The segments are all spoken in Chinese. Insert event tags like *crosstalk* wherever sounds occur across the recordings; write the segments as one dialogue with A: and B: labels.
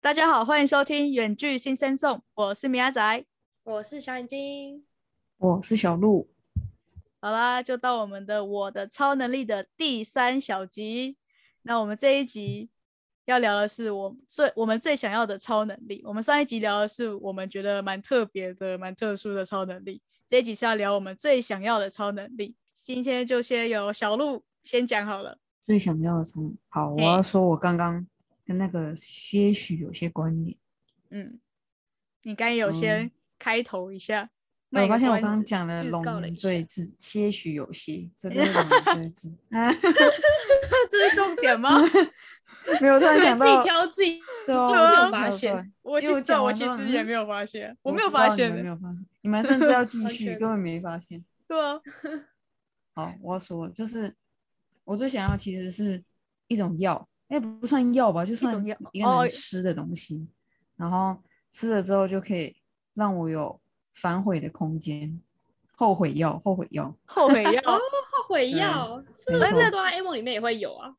A: 大家好，欢迎收听《远距新生颂》，我是米阿仔。
B: 我是小眼睛，
C: 我是小鹿，
A: 好啦，就到我们的我的超能力的第三小集。那我们这一集要聊的是我最我们最想要的超能力。我们上一集聊的是我们觉得蛮特别的、蛮特殊的超能力，这一集是要聊我们最想要的超能力。今天就先由小鹿先讲好了。
C: 最想要的从好，我
A: 嘿
C: 要说我刚刚跟那个些许有些关联。
A: 嗯，你该有先
C: 嗯
A: 开头一下。卖
C: 哎我
A: 个
C: 发现我
A: 关
C: 刚刚
A: 子
C: 讲了
B: 预
C: 龙
B: 告了
C: 年
B: 一
C: 坠
B: 下
C: 字，些许有些，
B: *laughs*
C: 这就是龙年坠字啊，
A: *laughs* 这是重点吗？
C: 没有我突然想
B: 自己
C: 到，
B: 挑自己，
C: 对啊，
A: 对啊
C: 我突然
A: 我
C: 想
B: 发
C: 到
B: 现
C: 出来
A: 我
C: 因
A: 其
C: 为我
A: 实
C: 讲
A: 我
C: 完
A: 其
C: 之后
A: 实也
C: 嗯
A: 没有发现，我
C: 我
A: 没有
C: 知
A: 发
C: 道你
A: 现
C: 们没
A: 的，
C: 有发现，你们甚至要继
B: 完
C: 续，
B: 全
C: 根本没发现。
A: 对啊，
C: 好，我要说就是我最想要其实是一种药，哎、不算药吧，就算
A: 药
C: 一个能
A: 哦
C: 吃的东西，然后吃了之后就可以让我有反悔的空间，后悔药，后悔药，
A: 后悔
B: 哦
A: *laughs* 药。
B: 后悔药，是
C: 哎没
B: 不是
C: 错
B: 在哆啦 A 梦里面也会有啊？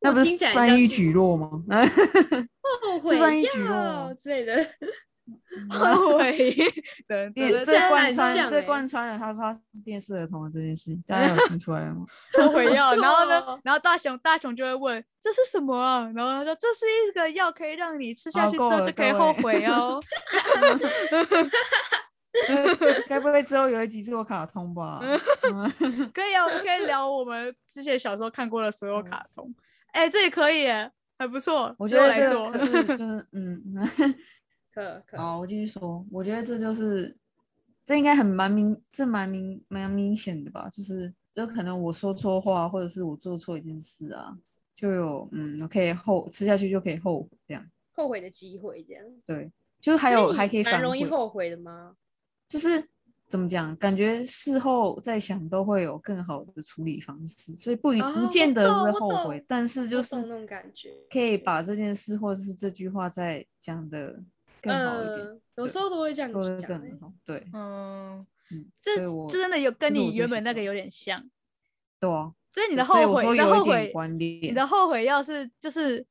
C: 那
B: 我
C: 不是
B: 听起来很
C: 翻
B: 像
C: 译
B: 是
C: 举落吗？ *laughs*
B: 后
C: 是翻
B: 悔
C: 译举落
B: 药哦之类的，
A: 后 *laughs* 悔，等
C: 电
A: 等
C: 这
B: 虽然
C: 贯
B: 很
C: 穿
B: 像
C: 这
B: 欸
C: 贯穿了，他说他是电视儿童的这件事情，大家有听出来了吗？ *laughs*
A: 后悔药。
B: *laughs* 没
A: 然后呢
B: 错，
A: 然后大熊大熊就会问这是什么啊？然后他说这是一个药，可以让你吃下
C: 好
A: 去之
C: 哦够
A: 后
C: 了
A: 就可以
C: 各
A: 后
C: 位
A: 悔
C: *laughs*
A: 哦。
C: 该不会之后有一集做卡通吧？嗯
A: 可以啊，我们可以聊我们之前小时候看过的所有
C: 笑
A: 卡
C: 死
A: 通。哎，这也可以耶，还不错。
C: 哦我
A: 之
C: 觉
A: 后
C: 得
A: 来
C: 这个
A: 做
C: 就是就是嗯。
B: 可可
C: 好，我继续说，我觉得这就是，这应该很蛮明，这蛮明蛮明显的吧，就是有可能我说错话，或者是我做错一件事啊，就有嗯，我可以后吃下去就可以后悔这样，
B: 后悔的机会这样，
C: 对，就是还有
B: 所以
C: 还可以
B: 蛮
C: 反
B: 容易
C: 悔，
B: 后悔的吗？
C: 就是怎么讲，感觉事后再想都会有更好的处理方式，所以不一、
B: 啊
C: 不
B: 我
C: 见得
B: 懂我
C: 是后悔
B: 懂，
C: 但是就
B: 我
C: 是
B: 懂那种感觉
C: 可以把这件事或者是这句话再讲的更好一点，
B: 嗯，有时候都会这样
C: 做的
B: 讲欸，
C: 更好，对。
A: 嗯，
C: 嗯，
A: 这
C: 所以
A: 这
C: 我
A: 真的有
C: 这
A: 跟
C: 是我
A: 你
C: 最
A: 原
C: 想
A: 本那
C: 要
A: 个
C: 的
A: 有点像，
C: 对啊，
A: 所以你
C: 所
A: 的
C: 所以
A: 后
C: 我
A: 悔，
C: 说
A: 你的
C: 有一
A: 后
C: 点
A: 悔，
C: 关
A: 你
C: 联，
A: 的后悔药是就是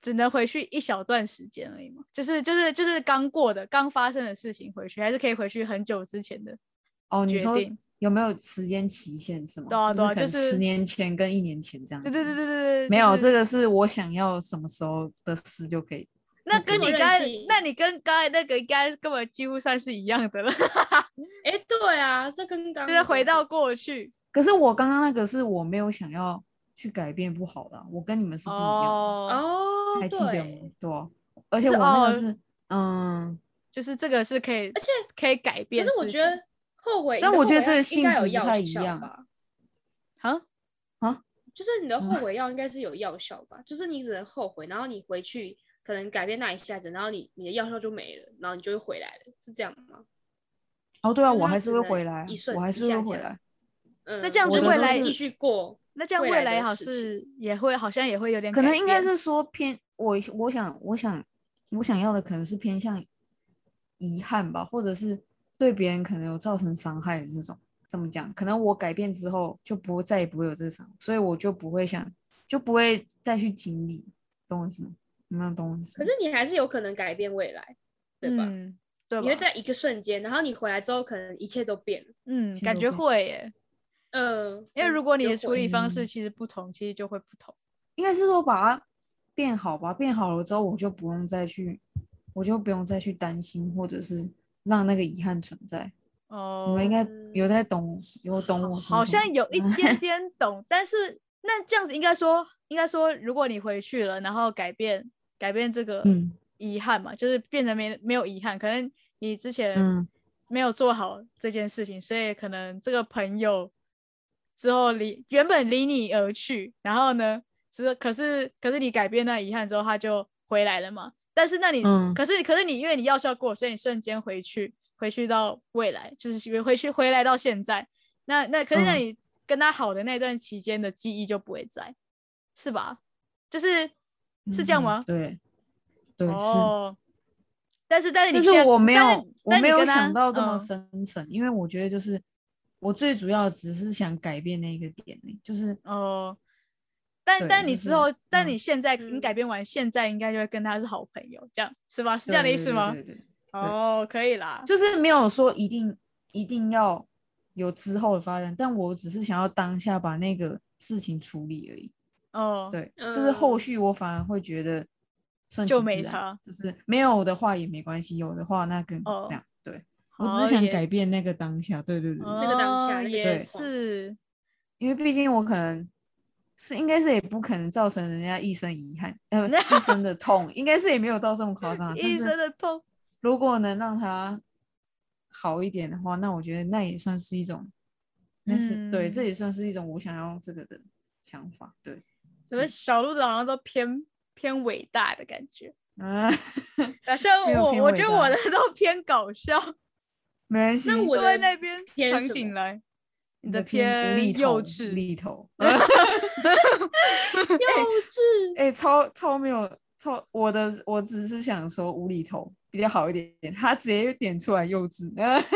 A: 只能回去一小段时间而已嘛，就是就是就是刚过的、刚发生的事情回去，还是可以回去很久之前的。
C: 哦，你
A: 决
C: 说
A: 定
C: 有没有时间期限是吗？
A: 对啊对啊
C: 可
A: 就
C: 能
A: 是
C: 十年前跟一年前这样。
A: 对对对。对对，
C: 没
A: 就
C: 有，
A: 是
C: 这个是我想要什么时候的事就可以。
A: 那
C: 就
A: 跟
C: 可
A: 你
C: 以
B: 任
A: 刚才
B: 性，
A: 那你跟刚才那个应该根本几乎算是一样的
C: *laughs*
A: 了，
B: 哎，对啊，这跟刚
A: 就是
B: 刚
A: 回
B: 那个
A: 到过去。
C: 可是我刚刚那个是我没有想要去改变不好的啊、我跟你们是不一样的，
A: 哦，
B: 哦，
C: 还记得
B: 对
C: 吗？对啊，而且
A: 是
C: 我那
A: 哦
C: 个是，嗯，
A: 就是这个是可以，
B: 而且
A: 可以改变
B: 可
A: 事
B: 是
A: 情。
B: 我觉得后悔，
C: 但
B: 你的
C: 我觉得
B: 后
C: 这
B: 悔
C: 个
B: 药应
C: 性
B: 该有
C: 质不
B: 药
C: 太一
B: 效
C: 样
B: 吧？
A: 啊，
B: 就是你的后悔药应该是有药效吧？就是你只能后悔，然后你回去可能改变那一下子，然后你你的药效就没了，然后你就会回来了，是这样吗？
C: 哦，对啊，
B: 就是
C: 我
B: 它
C: 还
B: 只
C: 是会
B: 能
C: 回来啊
B: 一，瞬
C: 我还
B: 一
C: 是
B: 下
C: 会
B: 这
C: 回
B: 样
C: 来。
B: 嗯，
A: 那这样
C: 子
B: 我的
C: 未
B: 都
C: 来
B: 是
C: 是
B: 继续过，
A: 那这样
B: 未
A: 未
B: 来
A: 来
B: 的
A: 好
B: 事
A: 是也会好像也会有点
C: 可
A: 改
C: 能应该
A: 变
C: 是说偏我我想我想我想要的可能是偏向遗憾吧，或者是对别人可能有造成伤害的这种。怎么讲？可能我改变之后就不会再也不会有这种，所以我就不会想，就不会再去经历，懂我意思吗？你们懂我意思
B: 可
C: 吗？
B: 是你还是有可能改变未来，对吧？
A: 嗯，对吧？
B: 你会在一个瞬间，然后你回来之后，可能一切都变了。
A: 嗯，
C: 先
A: 感
C: 都
A: 觉
C: 变
A: 会耶，
B: 嗯，
A: 因为如果你的处理方式
C: 嗯
A: 其实不同，其实就会不同。
C: 应该是说把它变好吧，变好了之后我就不用再去，我就不用再去担心，或者是让那个遗憾存在。
A: 哦，
C: 你们应该有在懂，有懂
A: 好
C: 我说
A: 哦好
C: 什么
A: 像有一
C: *laughs*
A: 点点懂，但是那这样子应该说，应该说，如果你回去了，然后改变改变这个
C: 嗯
A: 遗憾嘛，就是变得没没有遗憾，可能你之前
C: 嗯。
A: 没有做好这件事情，所以可能这个朋友之后离原本离你而去，然后呢，只可是可是你改变那遗憾之后，他就回来了嘛。但是那你、
C: 嗯
A: 可是可是你因为你药效过了，所以你瞬间回去回去到未来，就是回去回来到现在，那那可是那
C: 嗯
A: 你跟他好的那段期间的记忆就不会在，是吧？就是是这样
C: 嗯
A: 吗？
C: 对，嗯对、是。
A: 哦，但是但是你
C: 但是
A: 现在
C: 我没有
A: 但是，
C: 我
A: 但
C: 没
A: 你
C: 有
A: 跟他
C: 想到这么
A: 嗯
C: 深层，因为我觉得就是我最主要只是想改变那个点而已、就是
A: 哦，但
C: 对
A: 但你
C: 就
A: 之
C: 是
A: 后，但
C: 嗯
A: 你现在你
B: 嗯
A: 改编完，现在应该就会跟他是好朋友，这样是吧？是这样的意思吗
C: 对？对对对
A: 哦，可以啦，
C: 就是没有说一定一定要有之后的发展，但我只是想要当下把那个事情处理而已。
A: 哦，
C: 对，就是后续我反而会觉得顺
A: 就
C: 其
A: 没
C: 自然
A: 差
C: 就是没有的话也没关系，有的话那更好
A: 哦
C: 这样。对
A: 好，
C: 我只是想
A: 也
C: 改变那个当下，对对对对，
B: 那个当下那
A: 哦
B: 个
A: 也
C: 情
B: 况
A: 是，
C: 因为毕竟我可能是应该是也不可能造成人家一生遗憾，呃，一生的痛，应该是也没有到这么夸张
A: *laughs*
C: 啊。但
A: 一
C: 是
A: 生的痛，
C: 如果能让他好一点的话，那我觉得那也算是一种，那是、对，这
A: 嗯
C: 也算是一种我想要这个的想法。对，
A: 怎么小鹿的好像都偏偏伟大的感觉，
C: 嗯，
A: 好像
C: 没有
A: 啊我
C: 偏
A: 我
C: 伟
A: 觉得我
C: 大
A: 的都偏搞笑，
C: *laughs* 没关系。
B: 我的
A: 都在那边
B: 偏
A: 场
B: 什
A: 景
B: 么
A: 来，你
C: 你
A: 的
C: 无
A: 偏
C: 厘头
A: 幼
C: 无
A: 稚，
C: 厘头，
B: 幼稚，
C: 哎、超超没有超，我的我只是想说无厘头比较好一点，他直接点出来幼稚， *laughs*
A: 啊 *laughs*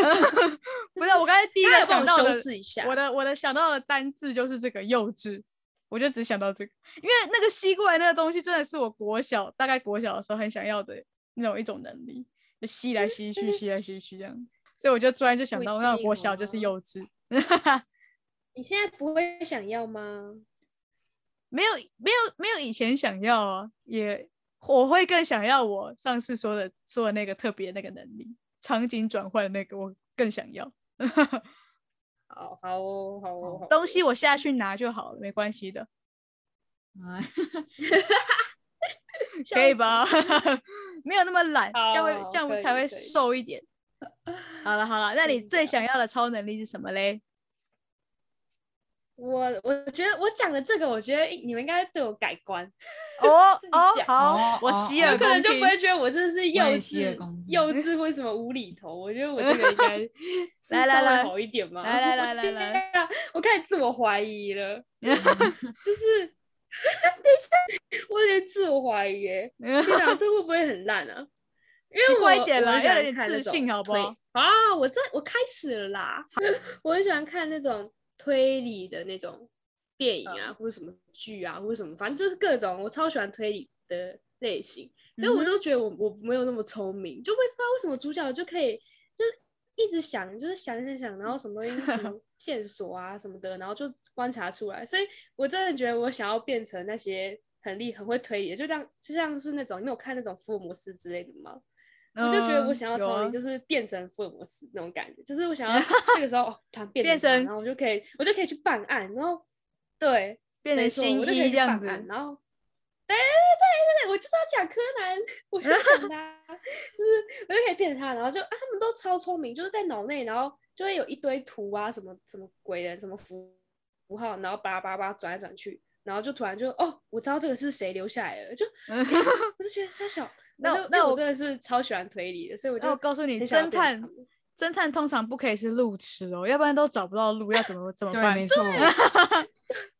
A: 不是我刚才第一
B: *laughs* 大家
A: 个
B: 有帮我
A: 想到的
B: 修，饰一下，
A: 我的我的想到的单字就是这个幼稚，我就只想到这个，因为那个吸过来那个东西真的是我国小大概国小的时候很想要的那种一种能力，就吸来吸去，吸来吸去这样，所以我就突然就想
B: 不一
A: 到，那我
B: 定
A: 国小就是
B: 哦
A: 幼稚，
B: 你现在不会想要吗？
A: 没有没有没有以前想要啊，也我会更想要我上次说的说的那个特别那个能力，场景转换的那个我更想要。
B: 哦好好哦，好哦，好哦
A: *laughs* 东西我下去拿就好了，没关系的，
C: 啊，
A: 可以吧？ *laughs* 没有那么懒，这样会
B: 好
A: 这样
B: 可
A: 才
B: 以
A: 会
B: 可以
A: 瘦
B: *laughs*
A: 一点。好了好了，那你
B: 是
A: 最
B: 的
A: 想要的超能力是什
B: *laughs*
A: 么嘞？
B: 我我觉得我讲的这个，我觉得你们应该对我改观，
A: 哦
B: 己
A: 哦
B: 讲
A: 好
C: 哦，
A: 我
C: 哦
A: 洗
C: 哦
A: 耳
B: 有可能就
A: 恭听
B: 不。会觉得我真的是幼
C: 我也洗耳
B: 稚
C: 恭听，
A: *laughs*
B: 幼稚为什么无厘头？我觉得我这个应该是
A: 来来
B: 稍微
A: 来
B: 好一点嘛。
A: 来来来来来
B: 来， *laughs* 我开始自我怀疑了，就是等一下，我有点自我怀疑耶。天哪，这会不会很烂啊？因
A: 你
B: 为我
A: 快一点啦
B: 我很喜
A: 要有
B: 欢
A: 点
B: 看那
A: 自
B: 种
A: 信好不
B: 推
A: 好？
B: 啊，我这我开始了啦！ *laughs* 我很喜欢看那种推理的那种电影
A: 嗯
B: 啊，或者什么剧啊，或者什么，反正就是各种，我超喜欢推理的类型。可是
A: 嗯哼
B: 我都觉得我我没有那么聪明，就不知道为什么主角就可以就是一直想，就是想想想，然后什么东西什
A: *laughs*
B: 么线索啊什么的，然后就观察出来。所以我真的觉得我想要变成那些很厉很会推理的，就像就像是那种你有看那种福尔摩斯之类的吗？ *laughs* 我就觉得我
A: 嗯
B: 想要
A: 有
B: 聪
A: 啊
B: 明，就是变成福尔摩斯那种感觉，就是我想
A: *laughs*
B: 要这个时候哦，突然变
A: 变
B: 他
A: 成
B: 然后我就可以，我就可以去办案，然后对，
A: 变
B: 没
A: 成
B: 错
A: 新
B: 我
A: 一
B: 就可以去
A: 这样
B: 办
A: 子，
B: 案然后。对对对对对，我就是要讲柯南，我 *laughs* 就要讲他，就是我就可以变成他，然后就啊，他们都超聪明，就是在脑内，然后就会有一堆图啊，什么什么鬼的，什么符符号，然后叭叭叭转来转去，然后就突然就哦，我知道这个是谁留下来 *laughs* 了，就我就觉得三小，
A: 那
B: 那
A: 那
B: 那
A: 我
B: 我真的是超喜欢推理的，所以我
A: 那
B: 就
A: 我告诉你，
B: 很想
A: 侦
B: 要变成
A: 探
B: 他们
A: 侦探通常不可以是路痴哦，要不然都找不到路，要怎么怎么
C: 对，
A: 办？ *laughs*
C: 没
A: 你
C: 错。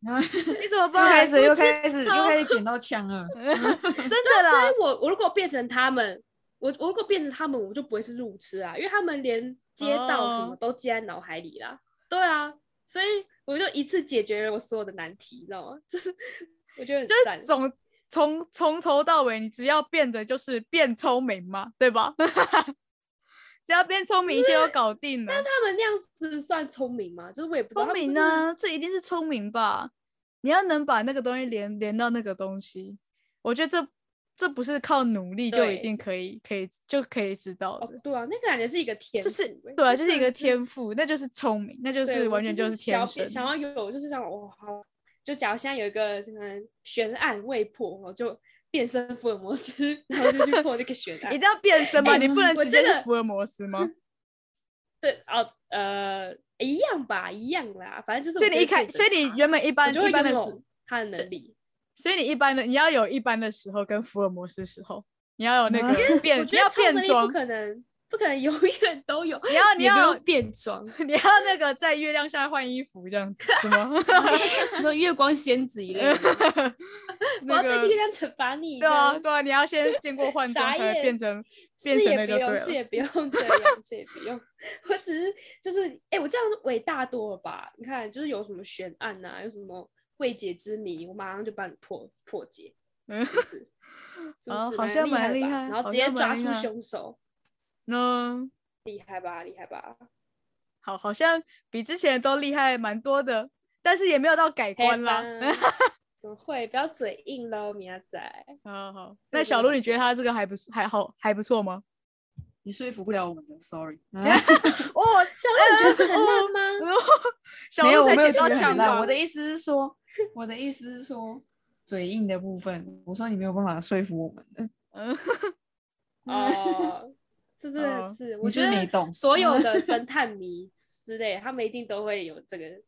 C: 然后
A: 怎么
C: 又
A: 办？
C: *laughs* 开始
A: *laughs*
C: 又
A: 路痴
C: 开始又
A: 超
C: 开始捡到枪了，
A: 真的
B: 所
A: 啦，
B: 以我我如果变成他们，我我如果变成他们，我就不会是路痴啊，因为他们连街道什
A: 哦
B: 么都记在脑海里啦。对啊，所以我就一次解决了我所有的难题，你知道吗？ *laughs* 就是我觉得很
A: 就是
B: 赞。
A: 总从从头到尾，你只要变得就是变聪明嘛，对吧？ *laughs* 只要变聪明，一切都搞定了
B: 但。是他们那样子算聪明吗？就是我也不知道。
A: 聪明啊
B: 他们
A: 呢、这一定是聪明吧？你要能把那个东西连连到那个东西，我觉得这这不是靠努力就一
B: 对
A: 定可以可以就可以知道的
B: 就是？。哦，对啊，那个感觉是一个天赋
A: 就
B: 欸、
A: 是对啊，
B: 那
A: 就是一
B: 真的
A: 个天赋，那就是聪明，那就
B: 对
A: 是
B: 我
A: 完全就是天
B: 想
A: 生
B: 想要有，就是想我好，就假如现在有一个可能悬案未破，我就变身福尔摩斯，然后就去破那个悬
A: *laughs*
B: 案
A: 一定。要变身吗？
B: 哎
A: 你不能
B: 我
A: 直接
B: 真
A: 是
B: 的
A: 福尔摩
B: *laughs*
A: 斯吗？
B: 对哦，呃，一样吧，一样啦，反正就是
A: 所以
B: 我
A: 你一
B: 就会
A: 开，
B: 变
A: 所以
B: 成
A: 你
B: 他
A: 原本一
B: 啊我
A: 般
B: 就会
A: 一般的
B: 拥
A: 时
B: 有，他的
A: 所以
B: 能力。
A: 所以你一般的你要有一般的时候跟福尔摩斯时候，你要有
B: *laughs*
A: 那
C: 嗯
A: 个变，
B: 啊我
A: 你
B: 觉得
A: 要
B: 超能
A: 变
B: 力不
A: 装，
B: 可能，不可能永远都有，*laughs*
A: 你要你
B: 也不
A: 要
B: 用变装，
A: *laughs*
B: *laughs*
A: 你要那个在月亮下换衣服这样子，什么？
B: 你说月光仙子一类的吗， *laughs* 我
A: 那
B: 要代
A: 个
B: 替月亮惩罚你。
A: *laughs* 对啊
B: 这样
A: 对啊，你要先见过换装
B: 傻
A: 才会
B: 眼
A: 变成 *laughs* 变
B: 是
A: 成
B: 也
A: 那
B: 不
A: 就对
B: 用，
A: 了
B: 是也不用这样，是也不用。我只是就是，哎、我这样伟大多了吧？你看，就是有什么悬案啊，有什么未解之谜，我马上就帮你破破解，
A: 嗯
B: 是不
A: *laughs*
B: 是？是不
A: 哦
B: 是
A: 好像蛮
B: 厉
A: 厉
B: 吧
A: 害
B: 然后
A: 好
B: 直接
A: 像蛮
B: 抓
A: 厉
B: 出
A: 害
B: 凶手，
A: 嗯，
B: 厉害吧，厉害吧？
A: 好，好像比之前都厉害蛮多的，但是也没有到改
B: 黑
A: 观啦。
B: 帮怎么会？不要嘴硬喽，米亚仔。
A: 好好，
B: 这
A: 那
B: 个
A: 小
B: 真
A: 鹿，
B: 的
A: 你觉得他这个还不错，还好，还不错吗？
C: 你说服不了我们的，sorry。
A: *laughs*
C: 啊
A: 哦，
B: 小鹿，你觉得这很烂吗？
A: 小
C: 没有，
A: 鹿
C: 我
A: 才
C: 没
A: 剪
C: 有觉
A: 刀
C: 得很
A: 抢
C: 烂。
A: 吧
C: 我的意思是说，我的意思是说，嘴硬的部分，我说你没有办法说服我们，
A: 嗯，
B: *laughs* 哦，这真的
A: 哦
B: 是，
C: 你
B: 我
C: 是
B: 觉得
C: 没懂
B: 所有的侦探迷之类，他们一定都会有这个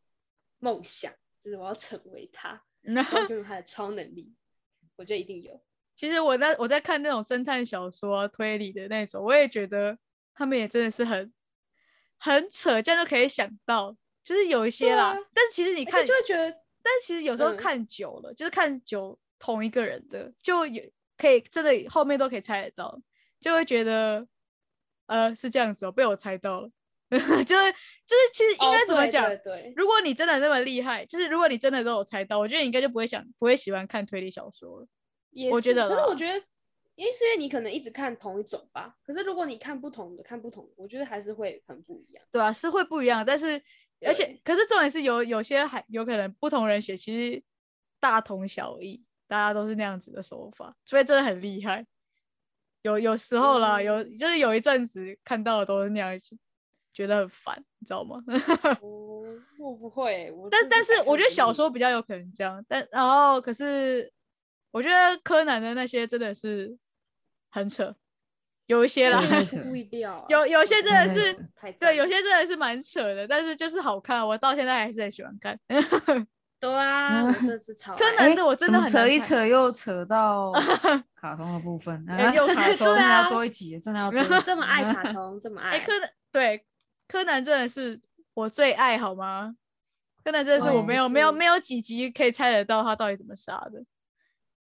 B: 梦想，就是我要成为他，
A: 那
B: *laughs* 我要拥有他的超能力。我觉得一定有，
A: *laughs* 其实我在我在看那种侦探小说、啊推理的那种，我也觉得他们也真的是很很扯，这样就可以想到，就是有一些啦。
B: 对啊
A: 但是其实你
B: 你
A: 看，
B: 就会觉得
A: 但其实有时候
B: 嗯
A: 看久了，就是看久同一个人的，就有可以真的后面都可以猜得到，就会觉得，呃，是这样子哦，被我猜到了， *laughs* 就是就是其实应
B: 哦
A: 该怎么
B: 对
A: 讲？
B: 对对，
A: 如果你真的那么厉害，就是如果你真的都有猜到，我觉得你应该就不会想不会喜欢看推理小说了。
B: 也
A: 我觉
B: 是
A: 得
B: 可是
A: 啦
B: 我觉得，因为是因为你可能一直看同一种吧，可是如果你看不同的，看不同的，我觉得还是会很不
A: *laughs*
B: 一样。
A: 对啊，是会不一样，但是而且
B: 对
A: 可是重点是有有些还有可能不同人写其实大同小异，大家都是那样子的手法，所以真的很厉害。有有时候啦，有就是有一阵子看到的都是那样，觉得很烦，你知道吗？
B: 哦，我不会，我
A: 但
B: 真
A: 但
B: 是
A: 是
B: 百
A: 我觉
B: 看
A: 得
B: 不
A: 小
B: 腻
A: 说比较有可能这样，但然后可是我觉得柯南的那些真的是很扯，有一些啦
C: 我，也是
B: 不一料啊，
A: 有有些
B: 我
A: 真的
C: 真的
A: 是
C: 是
B: 太赞
A: *laughs* 对，有
B: 了
A: 些真的是蛮扯的，但是就是好看，我到现在还是很喜欢看。
B: 对啊， *laughs* 我
C: 嗯
B: 真的是超
A: 柯
B: 爱
A: 南
C: 哦哎
A: 的我真
C: 怎
A: 的
C: 么
A: 很
C: 扯
A: 难
C: 一
A: 猜
C: 扯又扯
A: *laughs*
C: 到卡通的部分，啊
A: 哎又卡
C: *laughs* 真
A: 通
C: 的要
B: 啊
C: 做一集，真
A: *laughs*
C: 的要做一
B: *laughs*
C: 集。
B: 这么爱卡通，这么
A: 哎、
B: 爱，
A: 柯南对柯南真的是我最爱，好吗？柯南真的是
C: 我
A: 我
C: 哦也
A: 没有没有
B: 是
A: 没有几集可以猜得到他到底怎么杀的。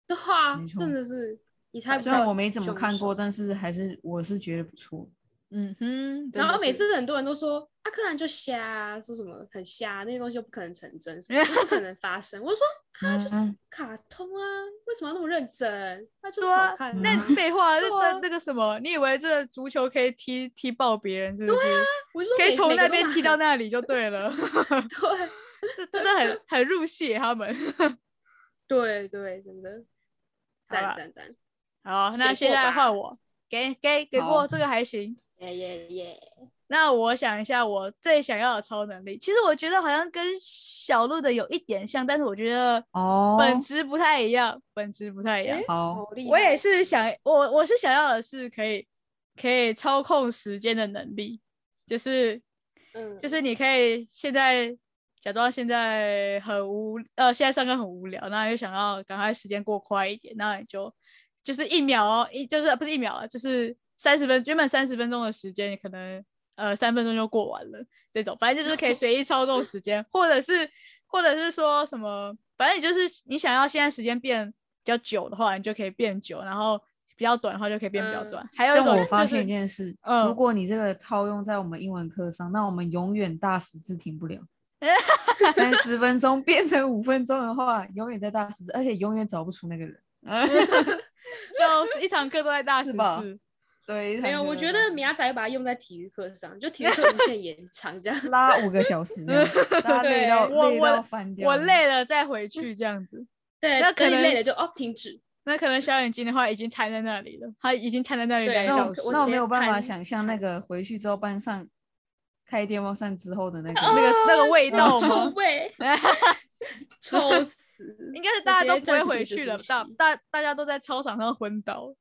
B: 对啊
C: 没，错
B: 真的是你猜不
C: 虽然
B: 到
C: 我没怎么
B: 凶
C: 看过，
B: 手，
C: 但是还是我是觉得不错。
A: 嗯哼，真
B: 然后
A: 的
B: 每
C: 嗯
A: 是
B: 次很多人都说啊，柯南就瞎啊，说什么很瞎，那些东西又不可能成真，什么都不可能发生。我就说啊，就是
C: 嗯
B: 卡通啊，为什么要那么认真？那就是
A: 对啊
B: 好看啊。
A: 那
C: 嗯
A: 废
C: *laughs*
A: 话，那
B: 对
A: 那
B: 啊
A: 那个什么，你以为这足球可以踢踢爆别人是不是？
C: 啊
B: 我就说
A: 可以
B: 每
A: 从
B: 每个
A: 那
B: 都
A: 边
B: 拿
A: 踢 *laughs* 到那里就对了，
B: *laughs* 对
A: 这真的很很入戏他们。
B: 对对，真的
A: 好
B: 赞
A: 啦
B: 赞赞，
A: 好，那
B: 给
A: 现
B: 过
A: 在
B: 吧
A: 换我，给给给过
C: 好
A: 这个还行。
B: 耶哎耶耶！
A: 那我想一下，我最想要的超能力，其实我觉得好像跟小鹿的有一点像，但是我觉得
C: 哦，
A: 本质不太一样，本质不太一样
B: 诶。
C: 好
B: 好厉害！
A: 我也是想，我我是想要的是可以可以操控时间的能力，就是
B: 嗯，
A: 就是你可以现在假装现在很无呃，现在上课很无聊，那就想要赶快时间过快一点，那你就就是一秒哦，一就是不是一秒了，就是三十分原本三十分钟的时间，你可能呃三分钟就过完了这种，反正就是可以随意操纵时间，或者是或者是说什么，反正你就是你想要现在时间变比较久的话，你就可以变久，然后比较短的话就可以变比较
B: 嗯
A: 短。还有一
C: 但
A: 种
C: 我发
A: 哎就是
C: 现一件事，
A: 嗯
C: 如果你这个套用在我们英文课上，那我们永远大十字停
A: *laughs*
C: 不了。所以十分钟变成五分钟的话，永远在大十字，而且永远找不出那个人。
A: 就是一堂课都在大
C: 是
A: 十
C: 吧
A: 字。
C: 对，
B: 没有，我觉得米亚仔要把它用在体育课上，就体育课无限延长这样。 *laughs*
C: 拉五个小时这样，
A: *laughs*
C: 大家累到
A: 对我
C: 累
A: 我
C: 到翻掉。
A: 我，累了再回去这样子。
B: 对，
A: 那可
B: 跟你累
A: 能
B: 了就哦停止。
A: 那可能小眼睛的话已经瘫在那里了，他已经瘫在那里
B: 对
A: 两个
C: 那
A: 小
C: 我
A: 时。
B: 我
C: 那我
B: 直接
C: 没有办法
B: 看
C: 想象那个回去之后班上开电风扇之后的那
A: *laughs* 那
C: 个。
A: 个那个味
B: 那
A: 道
B: 臭
A: 吗？ *laughs*
B: 味臭死！
A: 应该是
B: 我
A: 大
B: 直
A: 家
B: 接
A: 都不
B: 暂
A: 会
B: 时
A: 回
B: 停止
A: 去了，
B: 呼
A: 大
B: 吸
A: 大大家都在操场上昏倒。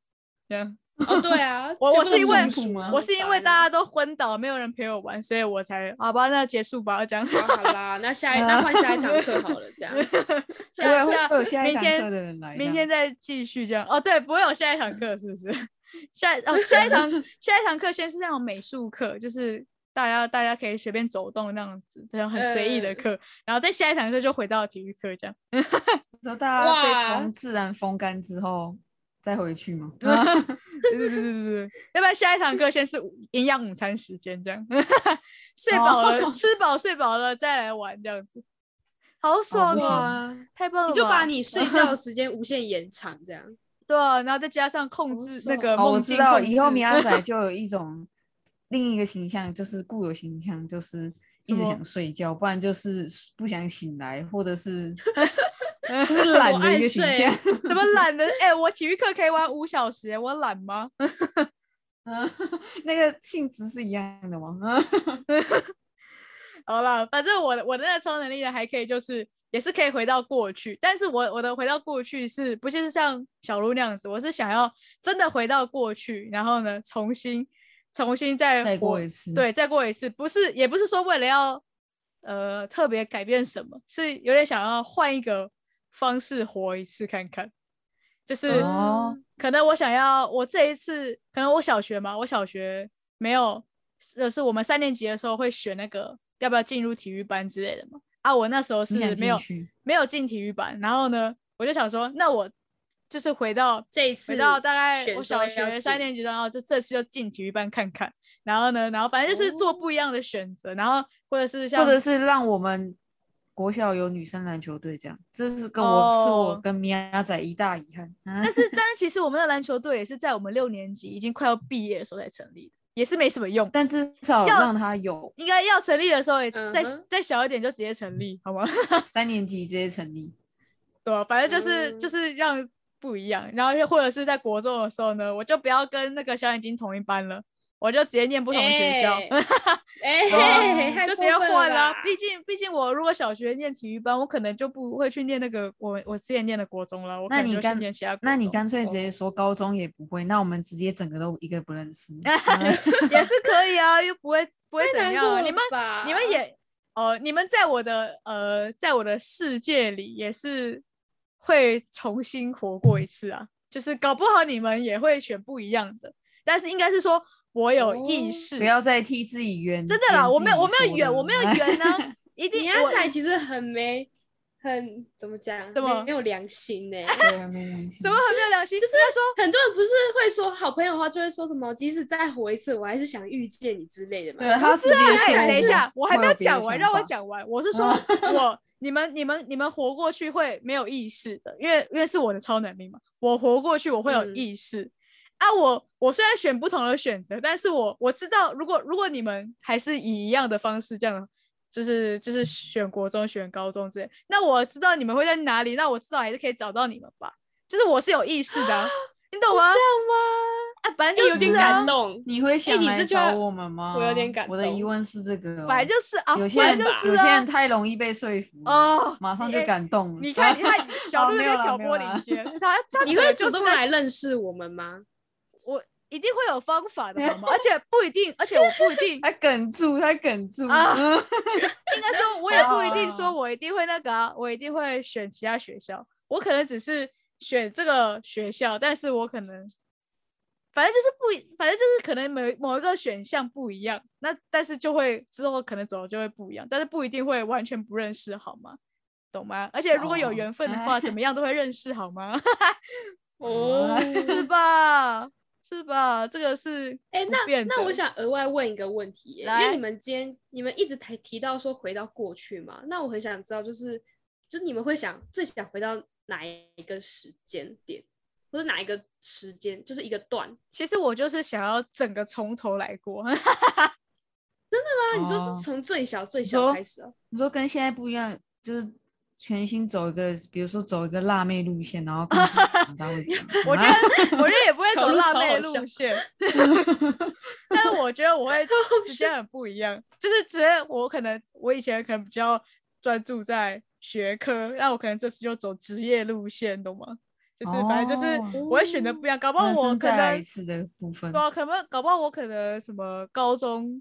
A: 这样，
B: 哦，对啊，
A: *laughs* 我
B: 就不
A: 我是
B: 能
A: 因为
B: 中暑吗哦啊
A: 我是因为大家都昏倒，没有人陪我玩，所以我才好吧，那结束吧，这样。
B: 好啦好啦，那
A: *laughs*
B: 下一那换下一堂课好了，这样
C: 不会
A: 下
C: 会
A: 下
C: 会有下一
A: 明
C: 堂
A: 天
C: 课的人来这
A: 明
C: 样。
A: 天再继续这样。哦，对，不会有下一堂课，是不是？
C: *laughs*
A: 下哦，下一堂下一堂课先是那种美术课，就是大家大家可以随便走动那样子，这种很随意的
C: 呃
B: 嗯
A: 课。然后再下一堂课就回到体育课这样。
C: 说大家被
B: 哇
C: 风自然风干之后再回去吗？
A: 对对对对对对，要不然下一堂课先是午营养午餐
C: 哦 *laughs*
A: 时间这样，睡饱了、吃饱睡饱了再来玩这样子。好爽
C: 不行
A: 哦，
B: 哇，
A: 太棒了吧！
B: 你就把你睡觉
A: *laughs*
B: 的时间无限延长，这样。
A: 对啊，然后再加上控
B: 好
A: 制那
B: 爽
A: 个
C: 哦，我
A: 梦
C: 知
A: 境
C: 道，
A: 控
C: 以后
A: 制 *laughs*
C: 米阿仔就有一种另一个形象，就是固有形象，就是一
A: 什
C: 直
A: 么
C: 想睡觉，不然就是不想醒来，或
A: *laughs*
C: 者是就是懒
B: 我
C: 的
B: 爱
C: 一个形
B: 睡
C: 象。
A: 怎么懒得？哎、我体育课可以玩五小时、哎我懒吗？
C: *laughs*
A: *laughs*
C: 嗯，那个性质是一样的
A: *laughs*
C: 吗？
A: 好了，反正我的我的那个超能力呢，还可以就是也是可以回到过去，但是我我的回到过去是不就是像小鹿那样子？我是想要真的回到过去，然后呢重新重新再
C: 再过
A: 活
C: 一次，，
A: 对再过一次，不是也不是说为了要呃特别改变什么，是有点想要换一个方式活一次看看，就是。
C: 哦
A: 可能我想要，我这一次可能我小学嘛，我小学没有，呃，是我们三年级的时候会选那个要不要进入体育班之类的嘛。啊，我那时候是
C: 你想
A: 没
C: 进
A: 有
C: 去，
A: 没有进体育班，然后呢，我就想说，那我就是回到
B: 这一次
A: 回到大概
B: 选
A: 我
B: 说
A: 小
B: 要
A: 学三
B: 进
A: 年级的时候，然后就这次就进体育班看看。然后呢，然后反正就是做
B: 哦
A: 不一样的选择，然后或者是像
C: 或者是让我们国小有女生篮球队这样，这是跟我、是
A: 哦
C: 我跟米阿仔一大遗憾。 *laughs* 啊
A: 但是，但是其实我们的篮球队也是在我们六年级已经快要毕业的时候才成立的，也是没什么用。
C: 但至少
A: 要
C: 让他有
A: 应该要成立的时候也再、
B: 嗯哼
A: 再小一点就直接成立，好吗？ *laughs*
C: 三年级直接成立。
A: 对啊吧？反正就是、
B: 嗯
A: 就是让不一样，然后又或者是在国中的时候呢，我就不要跟那个小眼睛同一班了，我就直接念不同学校，
B: 哎
A: *laughs*
B: 哎、 *laughs*
C: 哦
B: 太
A: 就直
B: 过
A: 接
B: 分
A: 换啦
B: 吧。
A: 毕竟毕竟我如果小学念体育班，我可能就不会去念那个我我之前念的国中了，我可
C: 那
A: 能
C: 你
A: 就去
C: 干
A: 念其他国
C: 那你
A: 中
C: 干脆直
B: 哦
C: 接说高中也不会，那我们直接整个都一个不
A: *laughs*
C: 认识。
A: 也是可以啊，又不会不会
B: 太
A: 怎
B: 难
A: 样
B: 过
A: 啊，
B: 了
A: 你们
B: 吧
A: 你们也呃，你们在我的呃，在我的世界里也是会重新活过一次啊，就是搞不好你们也会选不一样的，但是应该是说我有意
B: 哦
A: 识，
C: 不要再替自己圆。
A: 真的啦，
C: 圆
A: 我
C: 自
A: 没有
C: 己
A: 我没有
C: 说
A: 远，
C: 的
A: 我没有圆呢、一定
B: 你
A: 我
B: 阿仔其实很没很怎么讲，
A: 怎么
B: 没有良心呢、
C: 对啊 *laughs* 没良心
A: 怎么很没有良心？就是说
B: 很多人不是会说好朋友的话，就会说什么，即使再活一次，我还是想遇见你之类的嘛。
C: 对啊他直接说
A: 哎，等一
C: 我
A: 下，我还没有
C: 有别的
A: 讲完，
C: 想
A: 让我
C: 法
A: 讲完。我是说，我你们、你们、你们活过去会没有意识的，因为因为是我的超能力嘛。我活过去，我会有
B: 嗯
A: 意识。啊，我我虽然选不同的选择，但是我我知道，如果如果你们还是以一样的方式这样，就是就是选国中、选高中之类，那我知道你们会在哪里，那我至少还是可以找到你们吧。就是我是有意识的啊、你懂吗？啊，反正
B: 哎有
A: 就是
B: 点
A: 啊
B: 感，动，
C: 你会想
B: 你
C: 来
B: 这句
C: 找
B: 话
C: 我们吗？
B: 我有点感
C: 我的疑
B: 动
C: 问是这个哦，
A: 反正就是啊，
C: 有
A: 反
C: 些人
A: 正就是、啊、
C: 有些人太容易被说服了，
A: 哦，
C: 马上就
A: 哎
C: 感动了。
A: 你看，你
C: *laughs*
A: 看，小
C: 嗯哦
A: 鹿
C: 没
A: 在
C: 有啦
A: 挑
C: 没有
A: 拨
C: 啦
A: 离间，
C: *laughs*
A: 他他
B: 你
A: 本来
B: 会
A: 就
B: 主动
A: 是啊在
B: 来认识我们吗？
A: 我一定会有方法
C: *laughs*，
A: 的，好吗？而且不一定，而且我不一定
C: 他哽住，他哽住
A: 啊
C: 嗯
A: 应该说我也不一定说
C: 啊
A: 我一定会那个啊，我一定会选其他学校，我可能只是选这个学校，但是我可能。反正就是不一，反正就是可能某某一个选项不一样，那但是就会之后可能走的就会不一样，但是不一定会完全不认识，好吗？懂吗？而且如果有
C: 哦
A: 缘分的
C: 哎
A: 话，怎么样都会认识，好吗？ *laughs*
B: 哦，
A: 是吧？是吧？这个是
B: 哎，
A: 不
B: 那
A: 变
B: 那我
A: 的
B: 想额外问一个问题耶、因
A: 来
B: 为你们今天你们一直提提到说回到过去嘛，那我很想知道，就是就你们会想最想回到哪一个时间点，或者哪一个时间，就是一个段？
A: 其实我就是想要整个从头来过，。
B: 啊，你说
C: 哦
B: 是从最小最
C: 你
B: 小
C: 说
B: 开始哦、
C: 你说跟现在不一样，就是全新走一个，比如说走一个辣妹路线，然后看自己长大会怎样
A: *laughs* *laughs*
C: 啊
A: 我觉得我觉得也不会
B: 小
A: 走
B: 鹿
A: 辣
B: 超
A: 妹
B: 好
A: 路
B: 笑
A: *laughs* 线，但是我觉得我会直接很不一样，就是直接我可能我以前可能比较专注在学科，那我可能这次就走职业路线，懂吗？就是反正就是
C: 哦
A: 我会选择不一样，搞不好
C: 人
A: 我
C: 生
A: 可
C: 再来
A: 能
C: 一次的部分
A: 对，啊，可能搞不好我可能什么高中，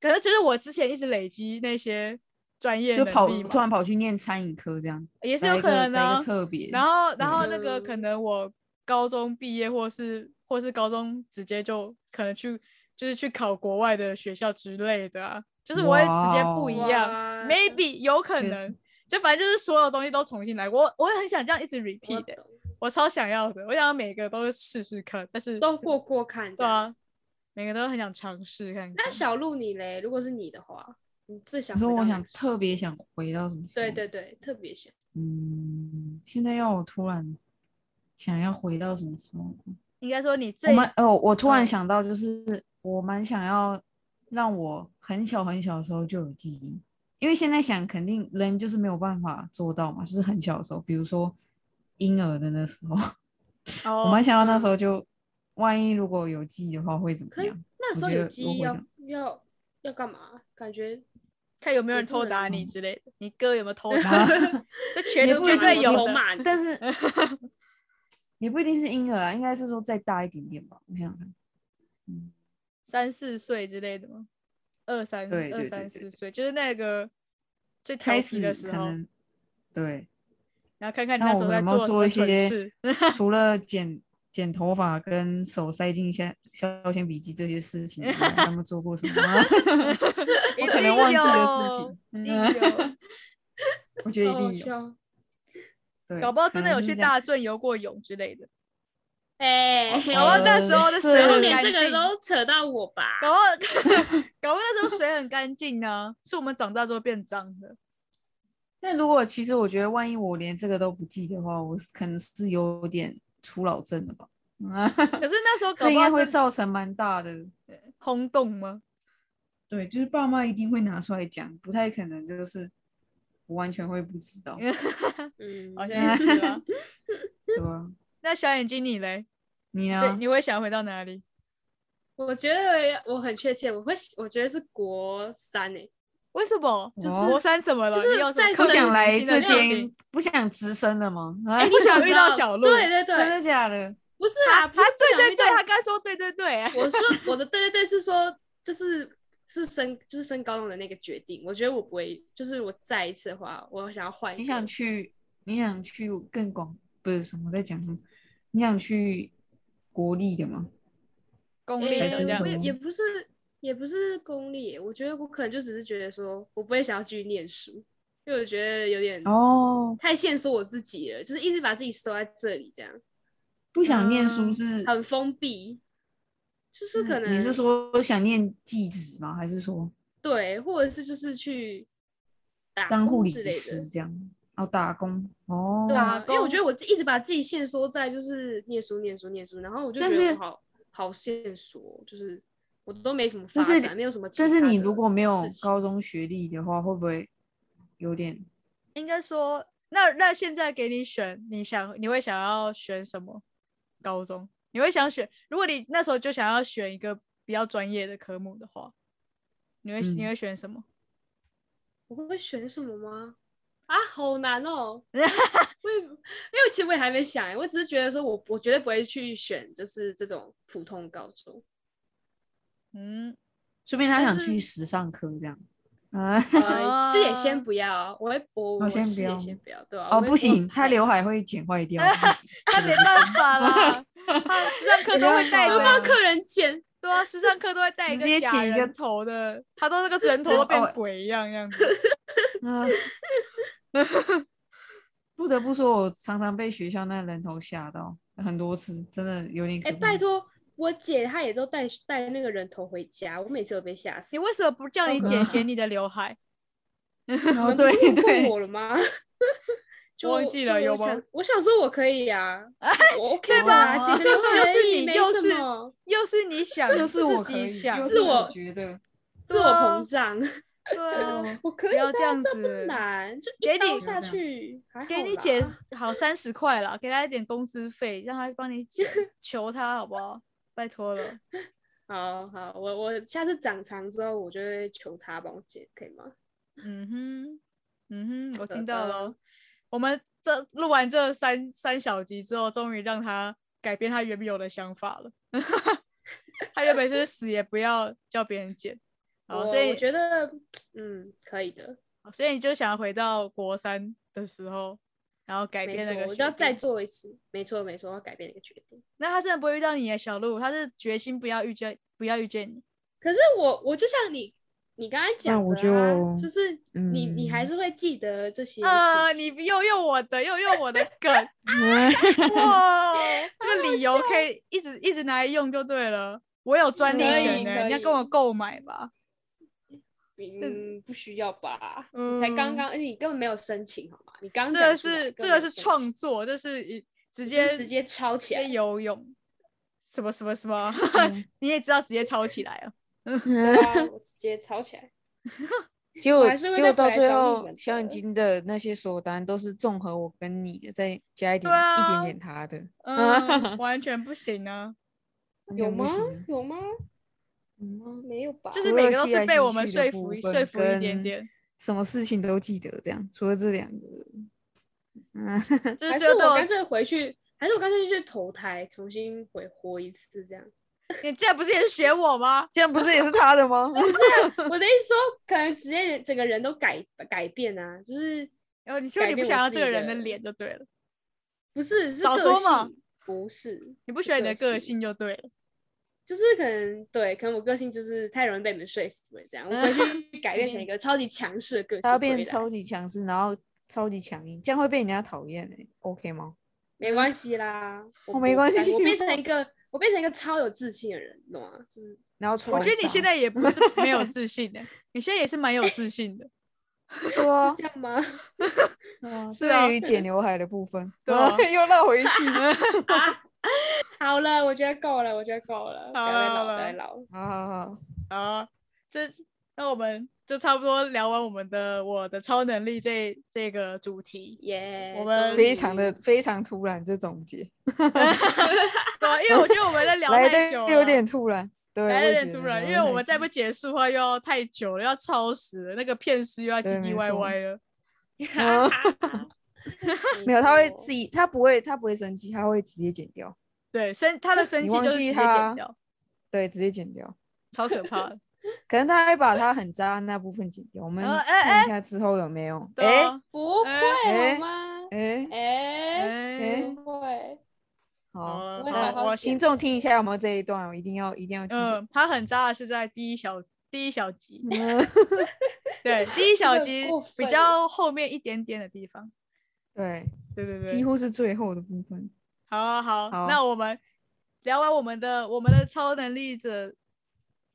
A: 可能就是我之前一直累积那些专业
C: 就
A: 能
C: 跑
A: 力嘛
C: 突然跑去念餐饮科这样，
A: 也是
C: 来
A: 有
C: 一
A: 可
C: 个
A: 能的
C: 来一
A: 啊
C: 个。特别。
A: 然后，然后那个
B: 嗯
A: 可能我高中毕业，或是或是高中直接就可能去就是去考国外的学校之类的啊，就是我会直接不一样
B: 哇
A: ，maybe 有可
C: 确
A: 能
C: 实。
A: 就反正就是所有东西都重新来过，我我会很想这样一直
B: 我
A: repeat 的、
B: 懂
A: 我超想要的，我想要每个都试试看，但是
B: 都过过看。
A: 啊对，啊，每个都很想尝试看看。
B: 那小鹿你嘞？如果是你的话，你最想
C: 你说
B: 回到
C: 我
B: 哪
C: 想
B: 个时
C: 特
B: 候
C: 别想回到什么？
B: 对，对对，特别想。
C: 嗯，现在要我突然想要回到什么时候？
A: 应该说你
C: 我
A: 最
C: 蛮哦，我突然
A: 嗯
C: 想到，就是我蛮想要让我很小很小的时候就有记忆，因为现在想肯定人就是没有办法做到嘛，就是很小的时候，比如说婴儿的那时候，
A: 哦，
C: 我蛮想要那时
B: 嗯
C: 候就，万一如果有记忆的话会怎
B: 可
C: 么
B: 以
C: 样？
B: 那
C: 我
B: 时候
C: 觉
B: 有
C: 得
B: 记
C: 我
B: 忆
C: 会
B: 要
C: 想
B: 要要干嘛？感觉
A: 看有没有人
B: 也不
A: 偷
B: 能
A: 打
C: 说
A: 你之类的，你哥有没有偷打
C: 啊
A: 你？ *laughs* 这全
C: 也
A: 绝
C: 不
B: 觉
C: 一
B: 得
A: 对
C: 定
A: 有
B: 我
A: 的。
B: 骂你。
A: *laughs*
C: 但是也不一定是婴儿啊，应该是说再大一点点吧，我想想看，嗯，
A: 三四岁之类的吗？二三二
C: 对对对
A: 三
C: 对
A: 四
C: 对
A: 岁，就是那个最调
C: 开
A: 皮
C: 始
A: 的时
C: 可
A: 候，
C: 能对。
A: 然后看看你
C: 那
A: 那
C: 我
A: 时候
C: 们
A: 在
C: 有没有
A: 什
C: 做
A: 么
C: 一
A: 蠢
C: 些 *laughs*
A: 事。
C: 除了剪剪头发跟手塞进一些消遣笔记这些事情以外，他们做过什么
A: *laughs*
C: 吗？ *laughs*
A: 一
C: 我可
A: 定
C: 能忘记的
A: 有
C: 事
A: 一
C: 情，嗯
A: 定
C: 我觉得一
B: 好
C: 定有。
B: 笑
A: 有，
C: *laughs* 对，
A: 搞不好真
C: 可
A: 的有
C: 能是
A: 去
C: 这样
A: 大圳游过泳之类的。
B: 哎，
C: 好
A: 搞不好
C: 呃
A: 那时候的
C: 是
A: 水
B: 然后
A: 很
B: 连
A: 干
B: 这个
A: 净，
B: 都扯到我吧？
A: 搞不好 *laughs* 搞不好那时候水很干净呢，是我们长大之后变脏的。
C: 但如果其实我觉得，万一我连这个都不记的话，我是可能是有点初老症了吧？嗯啊
A: 可是那时候搞
C: 这
A: 不
C: 应该
A: 好
C: 会
A: 真
C: 造成蛮大的。
A: 轰动吗？
C: 对，就是爸妈一定会拿出来讲，不太可能就是我完全会不知道，
B: 嗯，
A: 好像也是吧。
C: 对吧？
A: *laughs* 那小眼睛你嘞？
C: 你
A: 最
C: 呢？
A: 你会想回到哪里？
B: 我觉得我很确切，我会我觉得是国三欸诶，
A: 为什么？
C: 就是
A: 国三怎么了？
B: 就是
A: 你有什么
B: 在
A: 刻
C: 啊不
A: 骨
B: 生
C: 想
A: 铭
C: 来
A: 心的
C: 这
A: 事
C: 间
A: 情，
C: 不想直升了吗？ *laughs* 啊
B: 哎，你
A: 不想
B: 知
A: *laughs* 遇到
B: 道
A: 小鹿
B: 对对
C: 真的
B: 对，
C: 假的？
B: 不是
A: 啊
B: 啊，不是
A: 啊对
B: 不想
A: 对
B: 遇
A: 对，
B: 到
A: 他刚说对对对，哎
B: *laughs* 我说我的对对对是说，就是是升就是升高中的那个决定，我觉得我不会，就是我再一次的话，我想要换一个。哎
C: 你想去，你想去更广，不是什么我在讲什么？你想去国立的吗？
A: 功
B: 诶
A: 力
C: 还
A: 的
C: 是
A: 这样
B: 我
C: 什
B: 也
C: 么
B: 也不是也不是功利，我觉得我可能就只是觉得说我不会想要继续念书，因为我觉得有点
C: 哦，
B: 太限缩我自己了，就是一直把自己收在这里，这样
C: 不想念书
A: 嗯
C: 是，
B: 很封闭。就是可能
C: 嗯你是说想念技职吗？还是说
B: 对，或者是就是去打
C: 当护
B: 工
C: 理
B: 之类的
C: 师。这样？哦，打工哦，
B: 对啊
A: 打，
B: 因为我觉
A: 工
B: 得我一直把自己限缩在就是念书、念书、念书，然后我就觉
C: 但
B: 得我
C: 是
B: 好好限缩，就是我都没什么发
C: 但是
B: 展，没有什么其他
C: 但
B: 的事
C: 是
B: 情。
C: 你如果没有高中学历的话，会不会有点？
A: 应该说，那那现在给你选，你想你会想要选什么高中？你会想选？如果你那时候就想要选一个比较专业的科目的话，你会、你
C: 嗯
A: 会选什么？
B: 我会选什么吗？啊，好难
C: *laughs*
B: 哦！我也因为其实我也还没想欸，我只是觉得说我我绝对不会去选就是这种普通高
C: *laughs*
B: 中，
A: 嗯，
C: 说不定他
B: 但
C: 想
B: 是
C: 去时尚科这样啊？
B: 呃，事业
A: 啊
B: 先不要，我会我
C: 哦
B: 我
C: 先不
B: 事业
C: 要
B: 先不要，对吧、
C: *laughs* 哦，
B: 我会
C: 不行，
B: 我
C: 他刘海会剪坏掉。不行
A: *laughs* 他没办法 *laughs* 啦，他时尚课
C: 没
A: 都会
C: 办
A: 带着
C: 法
B: 我会帮
A: 啊，
B: 客人
C: *laughs*
B: 剪，
A: 对啊，时尚课都会带一
C: 直接
A: 个假
C: 剪一个
A: 人头的，哦他都那个人头都变
C: 人偶
A: 鬼一样这样子。
C: 嗯， *laughs* 不得不说，我常常被学校那人头吓到很多次，真的有点
B: 哎、
C: 可怕。
B: 拜托，我姐她也都带带那个人头回家，我每次都被吓死。
A: *laughs* 你为什么不叫你
B: 超
A: 姐
C: 可
A: 剪你的刘海？
C: 然后
B: 你们
C: 对
B: 不是问过
C: 对，
B: 我了吗？就
A: 哦 *laughs* 忘记了
B: 就
A: 有
B: 我想
A: 吗？
B: 我想说我可以
A: *laughs*
B: 呀、啊，我 OK
A: 对
B: 的
A: 吧
B: 啊
C: 哦
B: 姐
A: *laughs*
B: 姐
A: 就是又
B: 可
A: 是
B: 以
A: 你
B: 没
A: 又
B: 什
A: 是
B: 么
A: 又是你想，
C: 又是我
A: 自
C: 可
A: 己
C: 以，
A: 想
C: 又，
B: 是
C: 是
B: 我
C: 觉
A: *laughs*
C: 得
B: 自我膨
A: 对 *laughs*
B: 胀，
A: 对啊，
B: 我可以
A: 不要
B: 的
A: 这
B: 啊
A: 样
B: 这不
A: 子
B: 难，就
A: 给
B: 一刀
A: 你
B: 下
C: 不要这样
B: 去，还
A: 给
B: 好
A: 你
B: 啦
A: 姐好三十块啦，给她一点工资费，让她帮你 *laughs* 剪，求她好不好？拜托了，
B: 好好，我我下次长长之后，我就会求她帮我剪，可以吗？
A: 嗯哼，嗯哼，
B: 好
A: 我听到了
B: 的
A: 哦。我们这录完这三三小集之后，终于让她改变她原有的想法了。 *laughs* 她原本是死也不要叫别人剪，好，
B: 我
A: 所以
B: 我觉得，嗯，可以的，
A: 好所以你就想要回到国三的时候，然后改
B: 没
A: 变那
B: 错，
A: 个
B: 我
A: 决
B: 就要再
A: 定
B: 做一次，没错没错，我要改变那个决定。
A: 那他真的不会遇到你的小鹿，他是决心不要遇见，不要遇见你。
B: 可是我我就像你你刚才讲的、啊，
C: 我就是
B: 你、你还
C: 嗯
B: 是会记得这些
A: 呃，
B: 事情
A: 你又用我的，又用我的
B: *laughs*
A: 梗，哇，这个理由可以一直一直拿来用就对了。我有专利
B: 可以
A: 权呢、
B: 可
A: 你要
B: 以
A: 跟我购买吧。
B: 嗯，不需要吧？
A: 嗯
B: 你才刚刚，而且你根本没有申请好吗？你刚
A: 这
B: 讲
A: 个
B: 出来
A: 是
B: 根
A: 这
B: 本
A: 个
B: 没有
A: 是
B: 申
A: 创
B: 请
A: 作，就是一直
B: 就
A: 接
B: 是直接抄起来
A: 接。游泳，什么什么什么，
C: 嗯
A: *laughs* 你也知道直接抄起来了。
B: 对啊我直接抄
C: *laughs*
B: 起
C: 哎
B: 来。
C: *laughs* 结果
B: 还是会
C: 结
B: 再
C: 果到
B: 回来
C: 最
B: 找你
C: 后
B: 们，
C: 小眼
B: 的
C: 睛的那些所有答案都是综合我跟你的，再加一点、
A: 对啊
C: 一点点他的，
B: *laughs*
A: 嗯，完全不行啊！
C: 完
B: 有
C: 全不
B: 吗
C: 行啊？
B: 有吗？
C: 有吗？
B: 没有吧？
A: 就是
C: 除
A: 每
C: 了
A: 个都
C: 吸
A: 是
C: 来
A: 被
C: 吸
A: 我们
C: 去的
A: 说
C: 部
A: 服一
C: 分
A: 说服一点
C: 跟
A: 点，
C: 什么事情都记得这样，除了这两个，嗯，
A: 就是
B: 还
A: 最
B: 是
A: 后
B: 我
A: 都
B: 干
A: 有
B: 脆回去，还是我干脆去投胎，重新回活一次这样。
A: 你这不是也是学我吗？ *laughs*
C: 这样不是也是他的 *laughs* 吗？
B: 我的意思说，可能直接人整个人都改改变啊，就是
A: 然后你说
B: 改
A: 你不
B: 变
A: 想
B: 我
A: 要
B: 自
A: 这个
B: 己
A: 人的
B: 的
A: 脸就对了，
B: 不是是
A: 少
B: 个
A: 说嘛
B: 性，不是，
A: 你不
B: 是
A: 喜欢你的
B: 个
A: 个性就对了。
B: 就是可能对，可能我个性就是太容易被你们说服了，这样我回
C: *laughs*
B: 去改变成一个超级强势的个性回来，
C: 他要变超级强势，然后超级强硬，这样会被人家讨厌诶，OK 吗？
B: 没关系啦，我
C: 哦没
B: 不
C: 关
B: 在乎
C: 系
B: 我
C: *laughs*
B: 变成一个我变成一个超有自信的人，你懂吗？就是
C: 然后
B: 我
A: 我觉得你
C: 嘲
A: 现
C: 笑
A: 在也不是没 *laughs* 有自信的、你现在也是蛮有自信 *laughs* 的，
C: 对啊
B: 是，这样吗？ *laughs*
C: 对啊
A: 是啊
C: 对于剪刘海的部分，
A: 对啊
C: *laughs* 又绕
A: *laughs*
C: 回去。
B: 好了，我觉得够了，我觉得够了，不要再唠，
A: 好了
B: 不要再唠。
C: 好好好，
A: 啊，这那我们就差不多聊完我们的我的超能力这这个主题，
B: 耶、
A: 我们
B: 终
C: 非常的
B: 于
C: 非常突然这总结，
A: 对啊、因为我觉得我们在聊
C: 来
A: 太久
C: 的
A: 了，
C: 有点突然，对，
A: 来
C: 我
A: 的有
C: 也
A: 点
C: 觉
A: 突
C: 得
A: 然，因
C: 聊
A: 为我
C: 得太
A: 们再不结束的话又要太久了，要超时了，那个片师又要唧
C: 对
A: 唧
C: 没
A: 歪
C: 错
A: 歪了。
C: *laughs* 嗯
B: 啊
C: 没有，他
B: *laughs*
C: 会自
B: 己
A: *laughs*
C: 己，他不会，他不会生气，他会直接剪掉，
A: 对，生他的生
C: 你
A: 气
C: 忘
A: 就是直
C: 记
A: 接
C: 他
A: 剪掉，
C: 对，直接剪掉，
A: 超可怕 *laughs* 的。
C: 可能他会把他很渣的那部分剪掉，我们
A: 呃哎
C: 看一下之后有没有，
A: 对
C: 哎
A: 啊，
B: 不
A: 哎
B: 会
C: *laughs* 哎
B: 好吗？
C: 哎，
B: 哎、
A: 哎
B: 不会，
A: 好
C: 好，
A: 了，
B: 我
A: 那
B: 好好
A: 我
B: 剪
C: 听众听一下有没有这一段，我一定要一定要记得，
A: 嗯，他很渣的是在第一小第一小集，
C: *laughs* 嗯
A: *laughs*
C: *laughs*
A: 对，第一小
B: 个
A: 集
B: 过
A: 比
B: 分
A: 较后面一点点的地方。
C: 对，
A: 对 *laughs* 对对，
C: 几乎是最后的部分，
A: 好啊好，
C: 好
A: 那我们聊完我们的我们的超能力者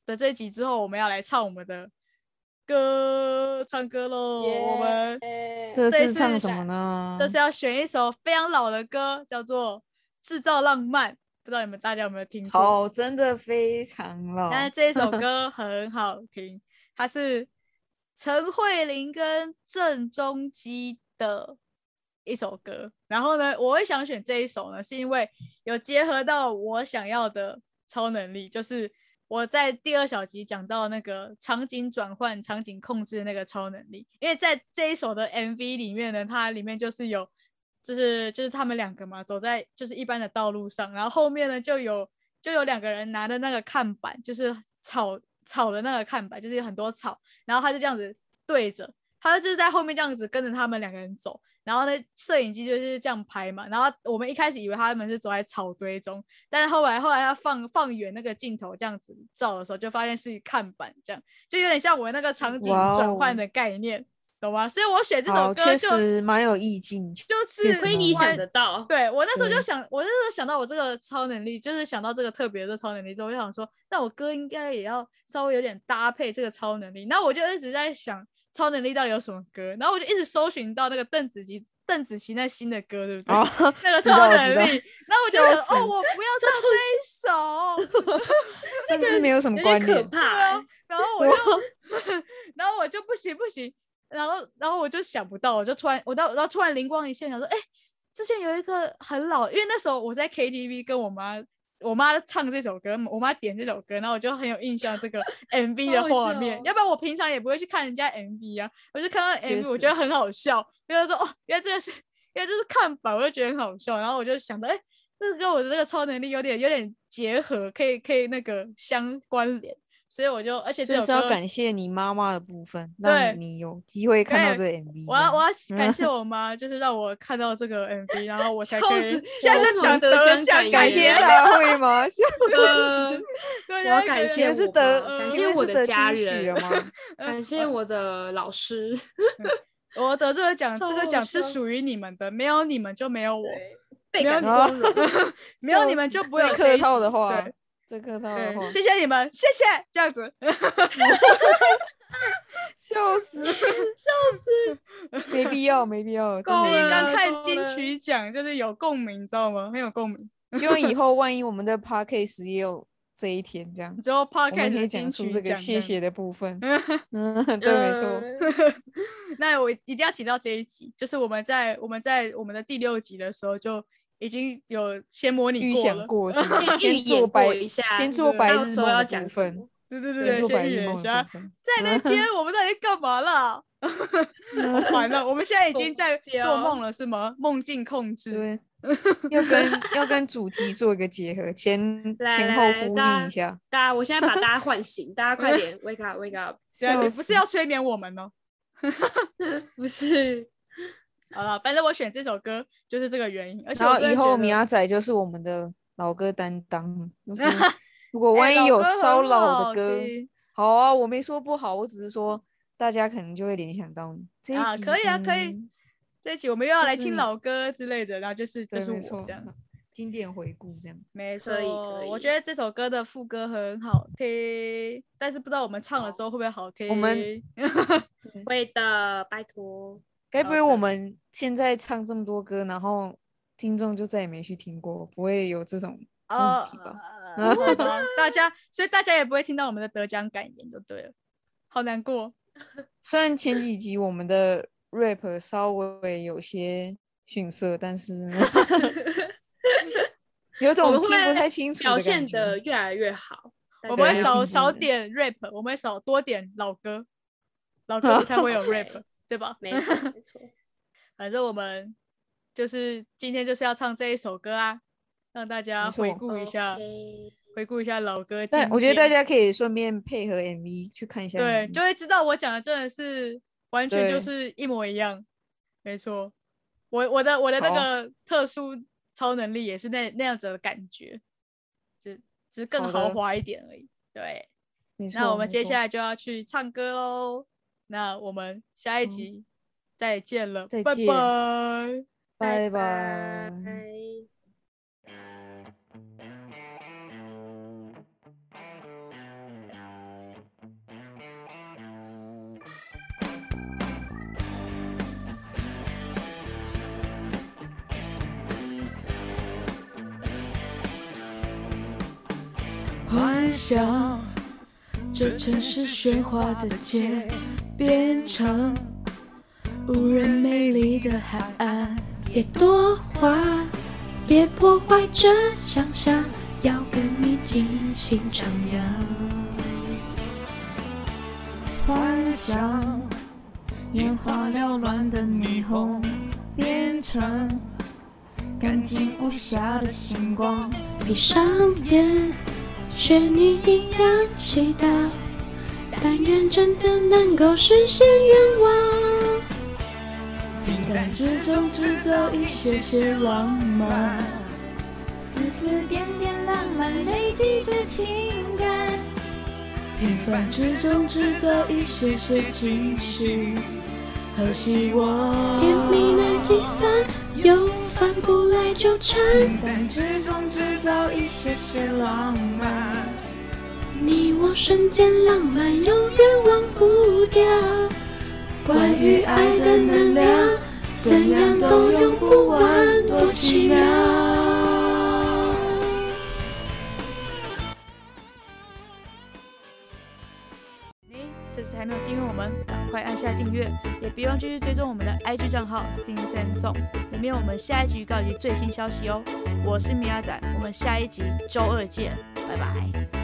A: 的这一集之后，我们要来唱我们的歌，唱歌喽。哦我们
B: 耶哎
C: 这
A: 这
C: 是
A: 次
C: 唱什
A: 想
C: 么呢？
A: 这是要选一首非常老的歌，叫做《制造浪漫》，不知道你们大家有没有听过？
C: 好，真的非常老，
A: 但是这首歌很好听，它是陈慧琳跟郑中基的一首歌。然后呢，我会想选这一首呢，是因为有结合到我想要的超能力，就是我在第二小集讲到那个场景转换、场景控制的那个超能力。因为在这一首的 MV 里面呢，它里面就是有。就是就是他们两个嘛，走在就是一般的道路上，然后后面呢就有就有两个人拿的那个看板，就是草草的那个看板，就是有很多草，然后他就这样子对着，他就是在后面这样子跟着他们两个人走，然后呢，摄影机就是这样拍嘛，然后我们一开始以为他们是走在草堆中，但是后来后来他放放远那个镜头这样子照的时候，就发现是看板，这样就有点像我那个场景
C: 哇
A: 转
C: 哦
A: 换的概念，懂吗？所以我选这首
C: 好，
A: 歌
C: 确
A: 就
C: 实蛮有意境，
A: *laughs* 就是
C: 确
B: 所
C: 实
B: 以
C: 蛮
B: 你
C: 好
B: 想得到，
A: 对我那时候就
C: 对
A: 想，我那时候想到我这个超能力，就是想到这个特别的超能力之后，我就想说，那我歌应该也要稍微有点搭配这个超能力。然后我就一直在想，超能力到底有什么歌？然后我就一直搜寻到那个邓紫棋，邓紫棋那新的歌，对不对？
C: 哦
A: 那个
C: 知
A: 超
C: 道知
A: 能
C: 道
A: 力。然后我就
C: 笑
A: 想，哦，
C: 死
A: 我不要唱这一首。
C: 甚至没有什么
B: 有
C: 关
B: 点可
C: 联。
B: 怕、欸。
A: *laughs* 然后我就， *laughs* 然后我就不行不行，然后然后我就想不到，我就突然我到然后突然灵光一现，想说，哎、之前有一个很老，因为那时候我在 KTV 跟我妈。我妈唱这首歌，我妈点这首歌，然后我就很有印象
B: *laughs*
A: 这个 MV 的
B: 好
A: 画
B: 笑
A: 面
B: 哦。
A: 要不然我平常也不会去看人家 MV 啊，我就看到
C: 确
A: MV，我
C: 实
A: 觉得很好笑，因为说哦，原来这个是，因为就是看板，我就觉得很好笑，然后我就想到，哎、这个跟我的这个超能力有点有点结合，可以可以那个相关联，所以我就而且
C: 所
A: 这首
C: 以是要
A: 歌
C: 感谢你妈妈的部分，
A: 对
C: 让你有机会看到这
A: 对
C: 个 MV。
A: 我要我
C: 要
A: 要感
C: *laughs*
A: 谢我妈，就是让我看到这个 MV，然后我才
B: 笑
A: 可以
B: 死
A: 现在
B: 我
A: 就
B: 是
A: 想
B: 得
A: 得
B: 奖
A: 奖，
B: 感
C: 感
B: 言
C: 谢
B: 了
C: 大会吗？ *laughs* 是
B: 呃
A: 嗯对，
B: 我要
A: 现在
B: 感
A: 觉
C: 你
B: 谢
C: 们
A: 得
B: 我妈感
C: 是得你们
B: 谢
C: 是
B: 我的
C: 得
B: 家
C: 金曲了
B: 人
A: *laughs*
C: 吗？
A: 呃
B: 感嗯谢我的老师，
A: 我得这个奖，这
B: 超
A: 个
B: 好
A: 奖是
B: 笑
A: 属于你们的，没有你们就没有我，
B: 对，倍
A: 没有
B: 感
A: 你
B: 光荣。
A: 没有
C: 笑
A: 你们
C: 死 *laughs*
A: 就不会有
C: 最
A: 这一
C: 客套
A: 集
C: 的话
A: 对
C: 这个套的话
A: 对，，谢谢你们，谢谢，这样子，
C: 笑死，
B: *laughs*
C: *laughs* 没必要，没必要，真
B: 够
C: 的
B: 了
A: 刚看
B: 够
A: 金
B: 了
A: 曲奖就是有共鸣，你知道吗？很有共鸣。
C: 因为以后万一我们的 podcast 也有这一天，这样
A: 之后
C: 我们
A: podcast
C: 可以
A: 的
C: 讲
A: 金
C: 出
A: 曲
C: 这个
A: 奖
C: 谢谢。的
B: *laughs*
C: 部分。 *laughs* 嗯， *laughs* 对，没错。
B: 没错。
A: 那我一定要提到这一集，就是我们在我们在我们的第六集的时候就已经有先模拟
C: 预
A: 过
C: 想
A: 了，
C: 过
B: *laughs*
C: 是吗？
B: 预
C: 先
B: 演
C: 做
B: 过
C: 白
B: 一下，
C: 先做
A: 对
C: 白
B: 到
C: 日
B: 时候
C: 梦
B: 要
C: 的
B: 讲
C: 部
B: 什
C: 分
B: 么，
A: 对对
C: 先
A: 对，
C: 做白
A: 先预
C: 日
A: 演
C: 梦
A: 一
C: 的
A: 下
C: 部，分。
A: 在那边我们到底干嘛啦？
B: *laughs*
A: 好烦了，我们现在已经在做梦了，是吗？梦境控制，
C: *laughs*
B: *laughs*
C: 对，要跟要跟主题做一个结合，前
B: 来
C: 前
B: 来
C: 后
B: 来
C: 呼
B: 大
C: 应
B: 家
C: 一下。
B: 大家，我现在把大家唤醒，大家快
C: *laughs*
B: 点 wake up，wake up，
A: 对啊，
C: 笑
A: 你不
C: 死
A: 是要催眠我们哦。
B: 不是
A: 好了，反正我选这首歌就是这个原因，而且
C: 然
A: 我
C: 后
A: 真
C: 以
A: 的觉
C: 后
A: 得
C: 米亚仔就是我们的老歌担当，
A: *laughs*
C: 就是如果万
A: 哎
C: 一
A: 老
C: 有
A: 歌很
C: 骚扰
A: 好
C: 的歌，
A: 听
C: 好啊，我没说不好，我只是说大家可能就会联想到你这一
A: 啊，
C: 集
A: 可以啊，可以
C: 嗯。
A: 这一集我们又要
C: 就
A: 来听
C: 是
A: 老歌之类的，然后就是就
C: 对，
A: 是我
C: 没错
A: 这样。，
C: 经典回顾这样。
A: 没错，
B: 可以可
A: 我
B: 以
A: 觉得这首歌的副歌很好听，但是不知道我们唱了之后会不会好听。
C: 我们
B: 会的，拜托。
C: 该不
A: 好
C: 会我
A: 的
C: 们现在唱这么多歌，然后听众就再也没去听过，不会有这种
A: 呃
C: 问题吧？，
A: 不会吧大家，所以大家也不会听到我们的得奖感言，就对了。好难过，
C: 虽然前几集我们的 rap 稍微有些逊色，但是有
B: 我
C: 种
B: 们
C: 听
B: 会
C: 不太清楚
B: 表
C: 感
B: 现
C: 觉
B: 的越来越好。大
A: 我
B: 家
A: 们
C: 对
A: 会
B: 要
A: 少
C: 进步
A: 少
C: 的
A: 点 rap，我们会少多点老歌，老歌里才会有
B: *laughs*
A: rap，对吧？
B: 没错没错，
A: 反正我们就是今天就是要唱这一首歌啊，让大家
C: 没
A: 回
C: 错
A: 顾一下
B: OK
A: 回顾一下老歌经典。
C: 但我觉得大家可以顺便配合 MV 去看一下 MV。
A: 对就会知道我讲的真的是完全就
C: 对
A: 是一模一样，没错。我我的我的那
C: 好
A: 个特殊超能力也是那那样子的感觉，只只是更
C: 好
A: 豪
C: 的
A: 华一点而已。对，
C: 没错。
A: 那我们接下
C: 来
A: 来就要去唱歌喽。那我们下一
C: 好
A: 集再见了，
C: 嗯再
A: 拜
C: 见
A: 拜。
C: *laughs* 拜
B: 拜
C: 拜。
B: 拜
D: 欢笑。这城市喧哗的街变成无人美丽的海岸。
E: 别多话，别破坏这想象，要跟你尽情徜徉。
D: 幻想，眼花缭乱的霓虹变成干净无瑕的星光。
E: 闭上眼，学你一样祈祷，但愿真的能够实现愿望。
D: 平淡之中制造一些些浪漫，
E: 丝丝点点浪漫累积着情感，
D: 平凡之中制造一些些惊喜和希望。
E: 甜蜜难计算，又翻不来纠缠。
D: 平淡之中制造一些些浪漫，
E: 你我瞬间浪漫，永远忘不掉。关于爱的能量，怎样都用不完，多奇妙。
A: 你是不是还没有订阅我们？赶快按下订阅，也别忘继续追踪我们的 IG 账号 Sing Sing Song，里面有我们下一集预告以及最新消息哦。我是米亚仔，我们下一集周二见，拜拜。